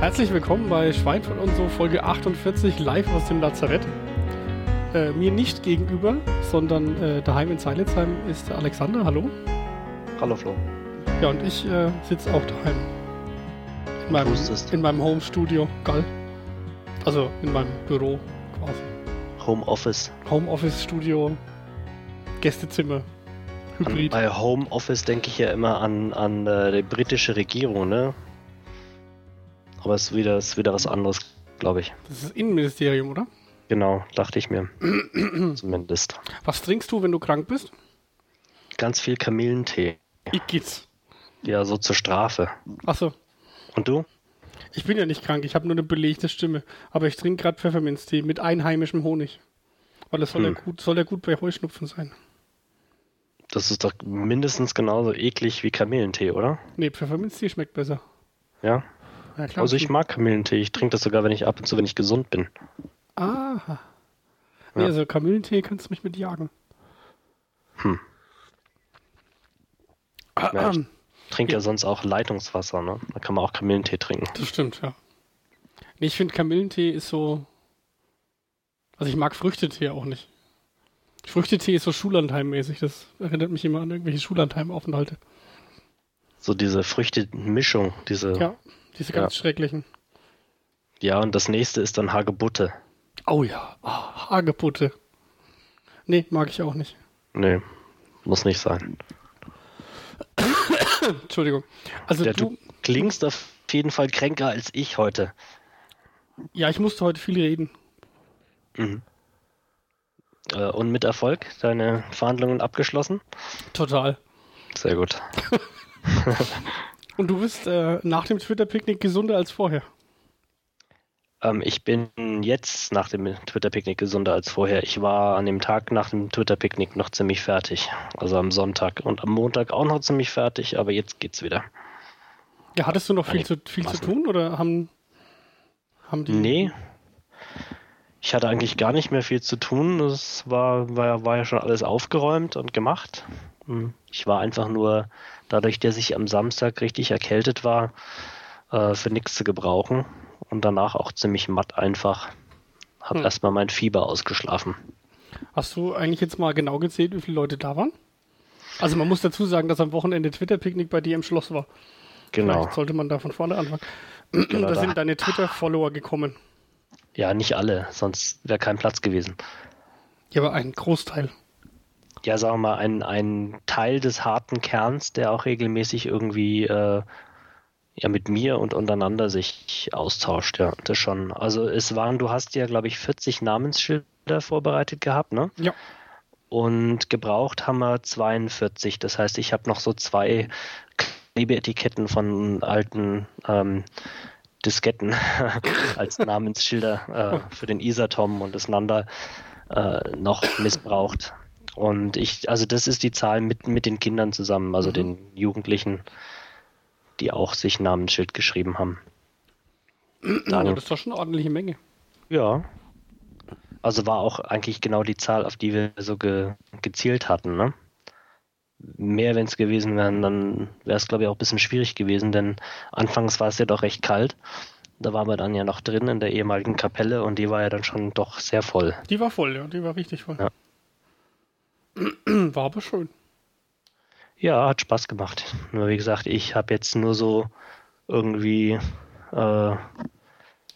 Herzlich willkommen bei Schweinfurt und so, Folge 48, live aus dem Lazarett. Äh, mir nicht gegenüber, sondern äh, daheim in Seilitzheim ist der Alexander. Hallo. Hallo Flo. Ja, und ich äh, sitze auch daheim. In meinem, Hostest. in meinem Home-Studio. Geil. Also in meinem Büro quasi. Homeoffice. Homeoffice-Studio, Gästezimmer, Hybrid. Bei Homeoffice denke ich ja immer an, an äh, die britische Regierung, ne? Aber es ist wieder, es ist wieder was anderes, glaube ich. Das ist das Innenministerium, oder? Genau, dachte ich mir. Zumindest. Was trinkst du, wenn du krank bist? Ganz viel Kamillentee. Ich geht's. Ja, so zur Strafe. Achso, Und du? ich bin ja nicht krank, ich habe nur eine belegte Stimme. Aber ich trinke gerade Pfefferminztee mit einheimischem Honig. Weil das soll, ja Hm. gut, soll ja gut bei Heuschnupfen sein. Das ist doch mindestens genauso eklig wie Kamillentee, oder? Nee, Pfefferminztee schmeckt besser. Ja. Ja, klar. Also ich mag Kamillentee. Ich trinke das sogar, wenn ich ab und zu, wenn ich gesund bin. Aha. Nee, Ja. also Kamillentee kannst du mich mit jagen. Hm. Ah, Ja, ich- ah, Trinke ja sonst auch Leitungswasser, ne? Da kann man auch Kamillentee trinken. das stimmt, ja. Nee, ich finde Kamillentee ist so. Also ich mag Früchtetee auch nicht. Früchtetee ist so Schullandheim-mäßig. Das erinnert mich immer an irgendwelche Schullandheim-Aufenthalte. So diese Früchtemischung, diese Ja, diese ganz schrecklichen. Ja, und das nächste ist dann Hagebutte. Oh ja, ah, Hagebutte. Nee, mag ich auch nicht. Nee, muss nicht sein. Entschuldigung. Also Ja, du, du klingst auf jeden Fall kränker als ich heute. ja, ich musste heute viel reden. Mhm. Äh, und mit Erfolg deine Verhandlungen abgeschlossen? Total. Sehr gut. Und du bist äh, nach dem Twitter-Picknick gesunder als vorher. Ähm, ich bin jetzt nach dem Twitter-Picknick gesünder als vorher. Ich war an dem Tag nach dem Twitter-Picknick noch ziemlich fertig. Also am Sonntag. Und am Montag auch noch ziemlich fertig, aber jetzt geht's wieder. Ja, hattest du noch viel, Nee, zu, viel zu was tun oder haben, haben die. Nee. Ich hatte eigentlich gar nicht mehr viel zu tun. Es war, war, ja- war ja schon alles aufgeräumt und gemacht. Hm. Ich war einfach nur, dadurch, dass ich am Samstag richtig erkältet war, äh, für nichts zu gebrauchen. Und danach auch ziemlich matt einfach. Hab Hm. erstmal mein Fieber ausgeschlafen. Hast du eigentlich jetzt mal genau gezählt, wie viele Leute da waren? Also man muss dazu sagen, dass am Wochenende Twitter-Picknick bei dir im Schloss war. Genau. Vielleicht sollte man da von vorne anfangen. Genau, da da- sind deine Twitter-Follower gekommen. Ja, nicht alle, sonst wäre kein Platz gewesen. Ja, aber ein Großteil. ja, sagen wir mal, ein, ein Teil des harten Kerns, der auch regelmäßig irgendwie äh, ja, mit mir und untereinander sich austauscht, ja, das schon. Also es waren, du hast ja, glaube ich, 40 Namensschilder vorbereitet gehabt, ne? Ja. Und gebraucht haben wir 42. Das heißt, ich habe noch so zwei Klebeetiketten von alten ähm, Disketten als Namensschilder äh, für den Isatom und das Nanda äh, noch missbraucht. Und ich, also das ist die Zahl mit, mit den Kindern zusammen, also den Jugendlichen, die auch sich Namensschild geschrieben haben. ja. Dann, Das ist doch schon eine ordentliche Menge. ja. Also war auch eigentlich genau die Zahl, auf die wir so ge, gezielt hatten, ne? Mehr, wenn es gewesen wären, dann wäre es, glaube ich, auch ein bisschen schwierig gewesen, denn anfangs war es ja doch recht kalt. Da waren wir dann ja noch drin in der ehemaligen Kapelle und die war ja dann schon doch sehr voll. Die war voll, ja, die war richtig voll. Ja. War aber schön. Ja, hat Spaß gemacht. Nur wie gesagt, ich habe jetzt nur so irgendwie äh,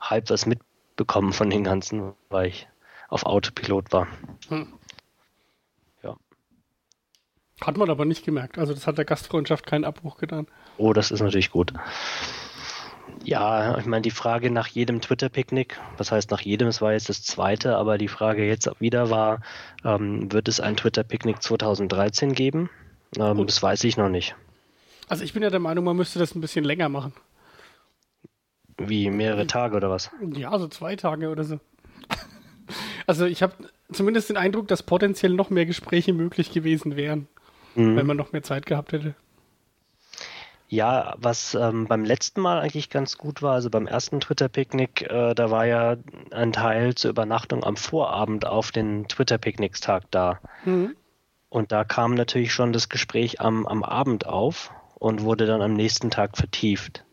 halb was mitbekommen von den ganzen, weil ich auf Autopilot war. Hm. Hat man aber nicht gemerkt. Also das hat der Gastfreundschaft keinen Abbruch getan. Oh, das ist natürlich gut. Ja, ich meine, die Frage nach jedem Twitter-Picknick, was heißt nach jedem, es war jetzt das zweite, aber die Frage jetzt wieder war, ähm, wird es ein Twitter-Picknick 2013 geben? Ähm, Gut. das weiß ich noch nicht. Also ich bin ja der Meinung, man müsste das ein bisschen länger machen. Wie, mehrere Tage oder was? Ja, so zwei Tage oder so. Also ich habe zumindest den Eindruck, dass potenziell noch mehr Gespräche möglich gewesen wären, Mhm. Hm. wenn man noch mehr Zeit gehabt hätte. Ja, was ähm, beim letzten Mal eigentlich ganz gut war, also beim ersten Twitter-Picknick, äh, da war ja ein Teil zur Übernachtung am Vorabend auf den Twitter-Picknickstag da. Mhm. Und da kam natürlich schon das Gespräch am, am Abend auf und wurde dann am nächsten Tag vertieft.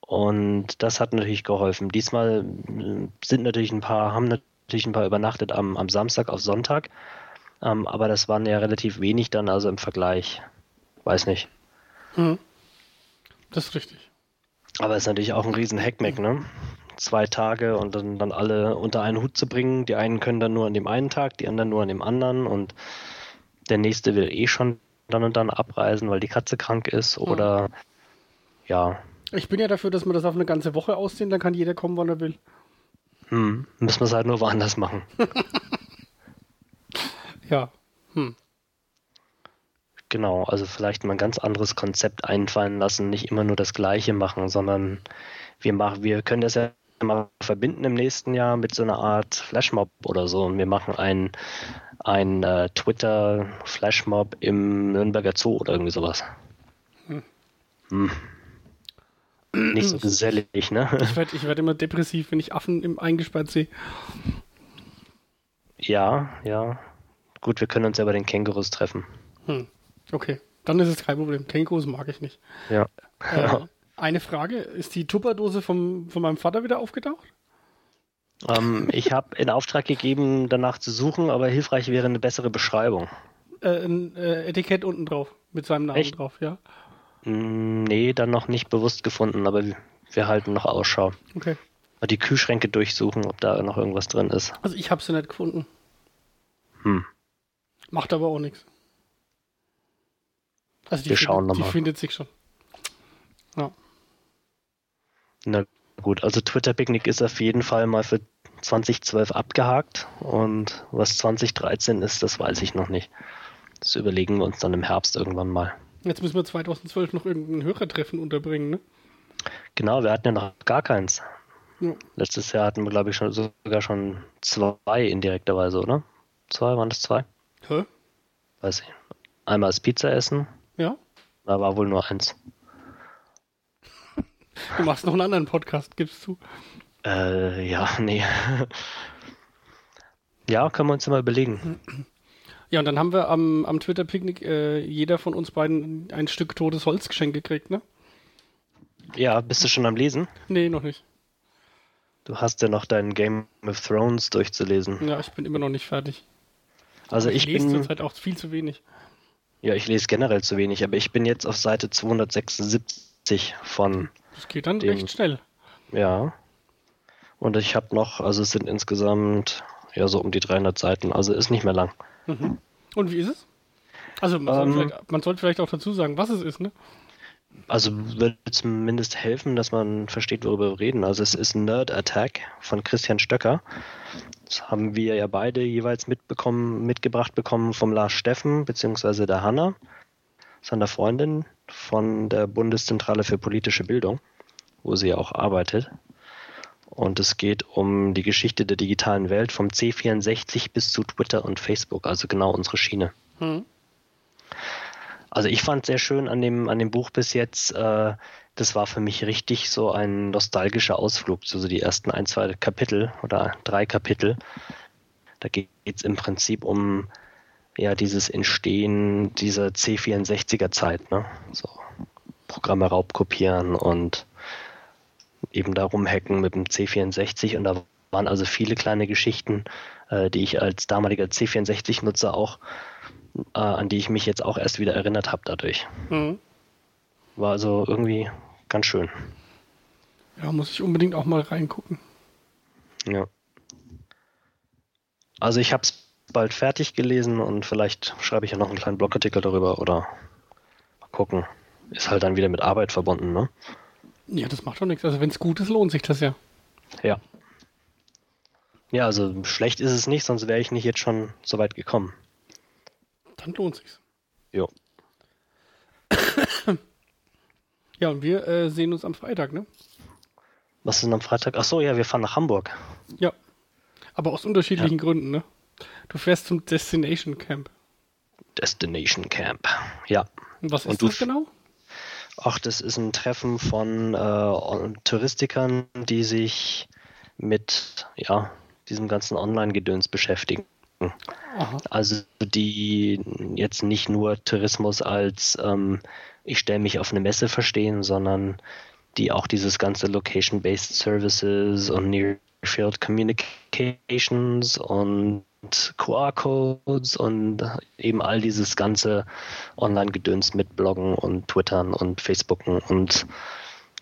Und das hat natürlich geholfen. Diesmal äh, sind natürlich ein paar, haben natürlich ein paar übernachtet am, am Samstag auf Sonntag. Ähm, aber das waren ja relativ wenig dann, also im Vergleich. Weiß nicht. Mhm. Das ist richtig. Aber es ist natürlich auch ein riesen Hackmack, ne? Zwei Tage und dann, dann alle unter einen Hut zu bringen. Die einen können dann nur an dem einen Tag, die anderen nur an dem anderen und der nächste will eh schon dann und dann abreisen, weil die Katze krank ist oder ja. Ich bin ja dafür, dass wir das auf eine ganze Woche ausziehen, dann kann jeder kommen, wann er will. Hm, müssen wir es halt nur woanders machen. Ja. Hm. Genau, also vielleicht mal ein ganz anderes Konzept einfallen lassen, nicht immer nur das Gleiche machen, sondern wir machen, wir können das ja mal verbinden im nächsten Jahr mit so einer Art Flashmob oder so und wir machen einen ein äh, Twitter-Flashmob im Nürnberger Zoo oder irgendwie sowas. Hm. Hm. Nicht so gesellig, ne? Ich werde ich werd immer depressiv, wenn ich Affen im eingesperrt sehe. Ja, ja. Gut, wir können uns ja bei den Kängurus treffen. Hm. Okay, dann ist es kein Problem. Kängurus mag ich nicht. Ja. Äh, eine Frage, ist die Tupperdose vom, von meinem Vater wieder aufgetaucht? ähm, ich habe in Auftrag gegeben, danach zu suchen, aber hilfreich wäre eine bessere Beschreibung. Äh, ein äh, Etikett unten drauf, mit seinem Namen Echt? drauf, ja. Hm, Nee, dann noch nicht bewusst gefunden, aber wir halten noch Ausschau. Okay. Mal Die Kühlschränke durchsuchen, ob da noch irgendwas drin ist. Also ich habe sie nicht gefunden. Hm. Macht aber auch nichts. Also die, Wir schauen noch findet, die mal. findet sich schon. Na gut, also Twitter-Picknick ist auf jeden Fall mal für 2012 abgehakt und was 2013 ist, das weiß ich noch nicht. Das überlegen wir uns dann im Herbst irgendwann mal. Jetzt müssen wir 2012 noch irgendein Hörertreffen unterbringen, ne? Genau, wir hatten ja noch gar keins. Ja. Letztes Jahr hatten wir, glaube ich, schon, sogar schon zwei indirekterweise, oder? Zwei, waren das zwei? Hä? Weiß ich. Einmal das Pizza essen, Ja? da war wohl nur eins. Du machst noch einen anderen Podcast, gibst du. Äh, ja, nee. ja, können wir uns ja mal überlegen. Ja, und dann haben wir am, am Twitter-Picknick äh, jeder von uns beiden ein Stück totes Holz geschenkt gekriegt, ne? Ja, bist du schon am Lesen? Nee, noch nicht. Du hast ja noch dein Game of Thrones durchzulesen. Ja, ich bin immer noch nicht fertig. Also ich lese bin, zurzeit auch viel zu wenig. ja, ich lese generell zu wenig, aber ich bin jetzt auf Seite 276 von, Das geht dann Dem- recht schnell. ja. Und ich habe noch, also es sind insgesamt ja so um die 300 Seiten, also ist nicht mehr lang. Und wie ist es? Also man, Ähm. soll vielleicht, man sollte vielleicht auch dazu sagen, was es ist, ne? Also würde zumindest helfen, dass man versteht, worüber wir reden. Also es ist Nerd Attack von Christian Stöcker. Das haben wir ja beide jeweils mitbekommen, mitgebracht bekommen vom Lars Steffen bzw. der Hanna, seiner Freundin von der Bundeszentrale für politische Bildung, wo sie ja auch arbeitet. Und es geht um die Geschichte der digitalen Welt vom C64 bis zu Twitter und Facebook, also genau unsere Schiene. Hm. Also ich fand sehr schön an dem, an dem Buch bis jetzt, äh, das war für mich richtig so ein nostalgischer Ausflug, so so die ersten ein, zwei Kapitel oder drei Kapitel. Da geht es im Prinzip um ja dieses Entstehen dieser C64er Zeit, ne? So Programme raubkopieren und eben darum hacken mit dem C64 und da waren also viele kleine Geschichten, äh, die ich als damaliger C64-Nutzer auch äh, an die ich mich jetzt auch erst wieder erinnert habe dadurch. Hm. War also irgendwie ganz schön. Ja, muss ich unbedingt auch mal reingucken. Ja. Also ich habe es bald fertig gelesen und vielleicht schreibe ich ja noch einen kleinen Blogartikel darüber oder mal gucken. Ist halt dann wieder mit Arbeit verbunden, ne? Ja, das macht doch nichts. Also wenn es gut ist, lohnt sich das ja. Ja. Ja, also schlecht ist es nicht, sonst wäre ich nicht jetzt schon so weit gekommen. Dann lohnt sich's. Jo. Ja, und wir äh, sehen uns am Freitag, ne? Was ist denn am Freitag? Ach so, ja, wir fahren nach Hamburg. Ja. Aber aus unterschiedlichen Gründen, ne? Du fährst zum Destination Camp. Destination Camp. Ja. Und was Und ist du das genau? Ach, das ist ein Treffen von äh, Touristikern, die sich mit ja, diesem ganzen Online-Gedöns beschäftigen. Aha. Also die jetzt nicht nur Tourismus als ähm, ich stelle mich auf eine Messe verstehen, sondern die auch dieses ganze Location-Based Services und Near Field Communications und QR-Codes und eben all dieses ganze Online-Gedöns mit Bloggen und Twittern und Facebooken und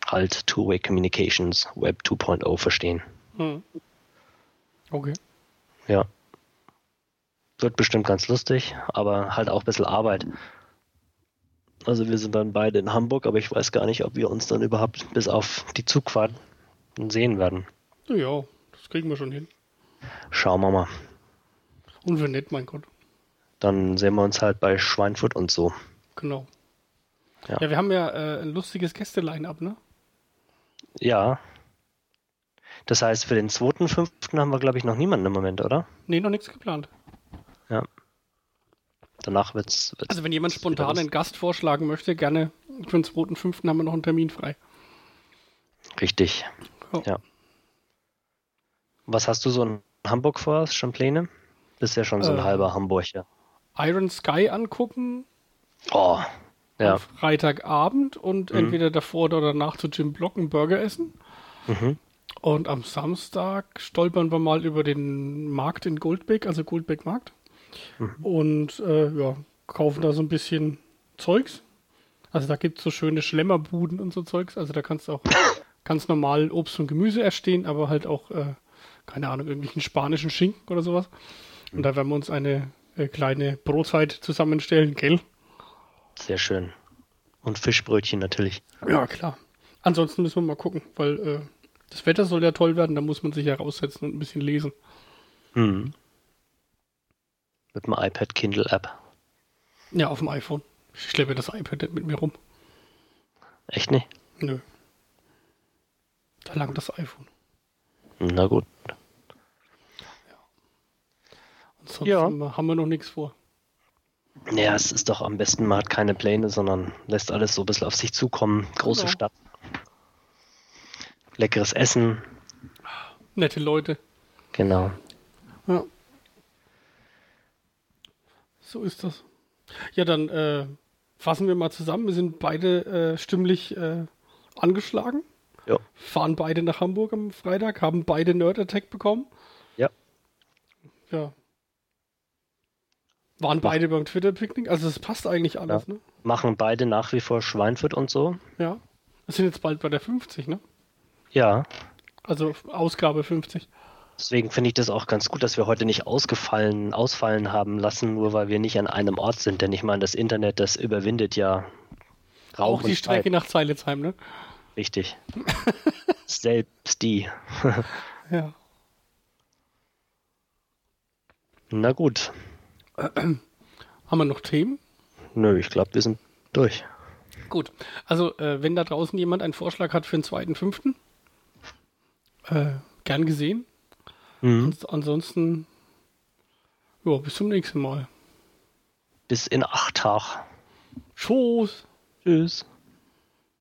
halt Two-Way Communications Web 2.0 verstehen. Hm. Okay. Ja. Wird bestimmt ganz lustig, aber halt auch ein bisschen Arbeit. Also wir sind dann beide in Hamburg, aber ich weiß gar nicht, ob wir uns dann überhaupt bis auf die Zugfahrt sehen werden. Ja, das kriegen wir schon hin. Schauen wir mal. Und wenn nicht, mein Gott. Dann sehen wir uns halt bei Schweinfurt und so. Genau. Ja. Ja, wir haben ja äh, ein lustiges Gäste-Line-Up, ne? Ja. Das heißt, für den 2.5. haben wir, glaube ich, noch niemanden im Moment, oder? Nee, noch nichts geplant. Danach wird's. wird's Also wenn jemand wird's wieder spontan einen Gast vorschlagen möchte, gerne für den 2.5. haben wir noch einen Termin frei. los. Richtig. Ja. Ja. Was hast du so in Hamburg vor? Hast Schon Pläne? Bist ja schon so ein Äh. halber Hamburger. Iron Sky angucken Oh. Ja. am Freitagabend und Mhm. entweder davor oder danach zu Jim Block einen Burger essen. Mhm. Und am Samstag stolpern wir mal über den Markt in Goldbeck, also Goldbeck Markt. Mhm. Und äh, ja, kaufen da so ein bisschen Zeugs. Also da gibt es so schöne Schlemmerbuden und so Zeugs. Also da kannst du auch ganz normal Obst und Gemüse erstehen, aber halt auch, äh, keine Ahnung, irgendwelchen spanischen Schinken oder sowas. Mhm. Und da werden wir uns eine äh, kleine Brotzeit zusammenstellen, gell? Sehr schön. Und Fischbrötchen natürlich. Ja, klar. Ansonsten müssen wir mal gucken, weil äh, das Wetter soll ja toll werden, da muss man sich ja raussetzen und ein bisschen lesen. Mhm. Mit dem iPad Kindle App. Ja, auf dem iPhone. Ich schleppe das iPad nicht mit mir rum. Echt nicht? Nö. Da langt das iPhone. Na gut. Und sonst Ja. haben, wir, haben wir noch nichts vor. Ja, es ist doch am besten, man hat keine Pläne, sondern lässt alles so ein bisschen auf sich zukommen. Große Genau. Stadt. Leckeres Essen. Nette Leute. Genau. Ja. So ist das. Ja, dann äh, fassen wir mal zusammen. Wir sind beide äh, stimmlich äh, angeschlagen. Ja. Fahren beide nach Hamburg am Freitag, haben beide Nerd Attack bekommen. Ja. Ja. Waren beide beim Twitter-Picknick. Also es passt eigentlich alles, ne? Machen beide nach wie vor Schweinfurt und so. Ja. Wir sind jetzt bald bei der 50, ne? Ja. Also Ausgabe 50. Deswegen finde ich das auch ganz gut, dass wir heute nicht ausgefallen, ausfallen haben lassen, nur weil wir nicht an einem Ort sind. Denn ich meine, das Internet, das überwindet ja Raum Auch die und Strecke Zeit. nach Zeilitzheim, ne? Richtig. Selbst die. Ja. Na gut. Haben wir noch Themen? Nö, ich glaube, wir sind durch. Gut. Also, äh, wenn da draußen jemand einen Vorschlag hat für den zweiten, fünften, äh, gern gesehen. Mhm. Sonst- Ansonsten, ja, bis zum nächsten Mal. Bis in acht Tagen. Tschüss. Tschüss.